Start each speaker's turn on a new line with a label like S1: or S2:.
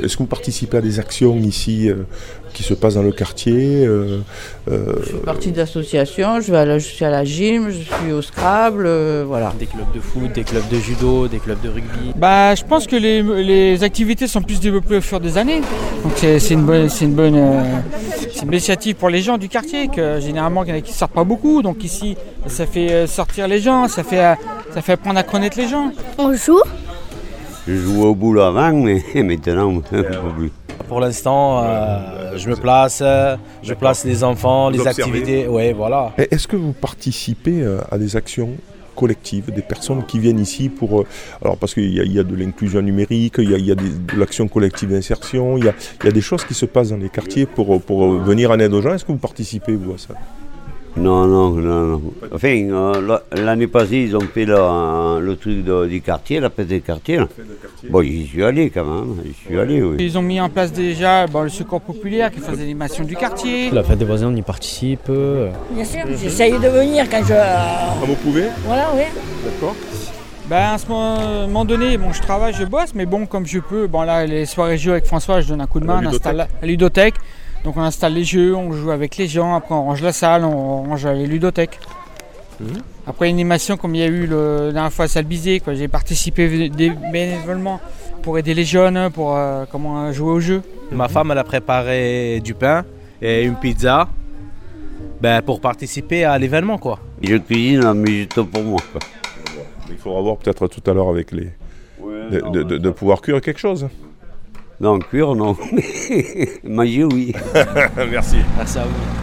S1: Est-ce que vous participez à des actions ici euh, qui se passent dans le quartier euh, euh,
S2: Je fais partie d'associations, je, vais à la- je suis à la gym, je suis au Scrabble, euh, voilà.
S3: Des clubs de foot, des clubs de judo, des clubs de rugby.
S4: Bah, je pense que les, les activités sont plus développées au fur des années. Donc c'est c'est une bonne, c'est une bonne, euh, c'est une bonne initiative pour les gens du quartier que généralement il y en a qui sortent pas beaucoup. Donc ici, ça fait euh, sortir les gens, ça fait, euh, ça fait apprendre à connaître les gens.
S5: On joue
S6: Je jouais au boulot avant, mais maintenant, on peut plus.
S7: Pour l'instant, euh, je me place, euh, je place les enfants, les
S1: observez.
S7: activités. Oui, voilà.
S1: et Est-ce que vous participez euh, à des actions collectives, des personnes qui viennent ici pour... euh, alors parce qu'il y, a- il y a de l'inclusion numérique, il y a, il y a des- de l'action collective d'insertion, il y a, il y a des choses qui se passent dans les quartiers pour, euh, pour euh, venir en aide aux gens. Est-ce que vous participez, vous, à ça
S6: Non, non, non, non. Enfin, euh, la- l'année passée, ils ont fait euh, le, le truc de- du quartier, la fête du quartier. là. Bon, j'y suis allé quand même, j'y suis allé, oui.
S4: Ils ont mis en place déjà bon, le secours populaire qui fait des animations du quartier.
S3: La fête des voisins, on y participe. euh,
S8: Bien sûr, j'essaye de venir quand je.
S1: Ah, vous pouvez
S8: Voilà, oui.
S1: D'accord.
S4: Bah, à ce moment donné, bon, je travaille, je bosse, mais bon, comme je peux, bon, là, les soirées jeux avec François, je donne un coup de
S1: À la
S4: main, on installe la- la ludothèque. Donc on installe les jeux, on joue avec les gens, après on range la salle, on range les ludothèques.
S1: Mhm.
S4: Après l'animation, comme il y a eu le- la dernière fois à Salbizé, quoi, j'ai participé v- dé- bénévolement pour aider les jeunes, pour euh, comment euh, jouer au jeu.
S7: Ma femme, elle a préparé du pain et une pizza ben, pour participer à l'événement, quoi.
S6: Je cuisine, mais juste pour moi. quoi.
S1: Il faudra voir peut-être tout à l'heure avec les... De, de- de- de pouvoir cuire quelque chose.
S6: Non, cuire, non. Manger, oui.
S1: Ah, Merci.
S7: Merci à vous.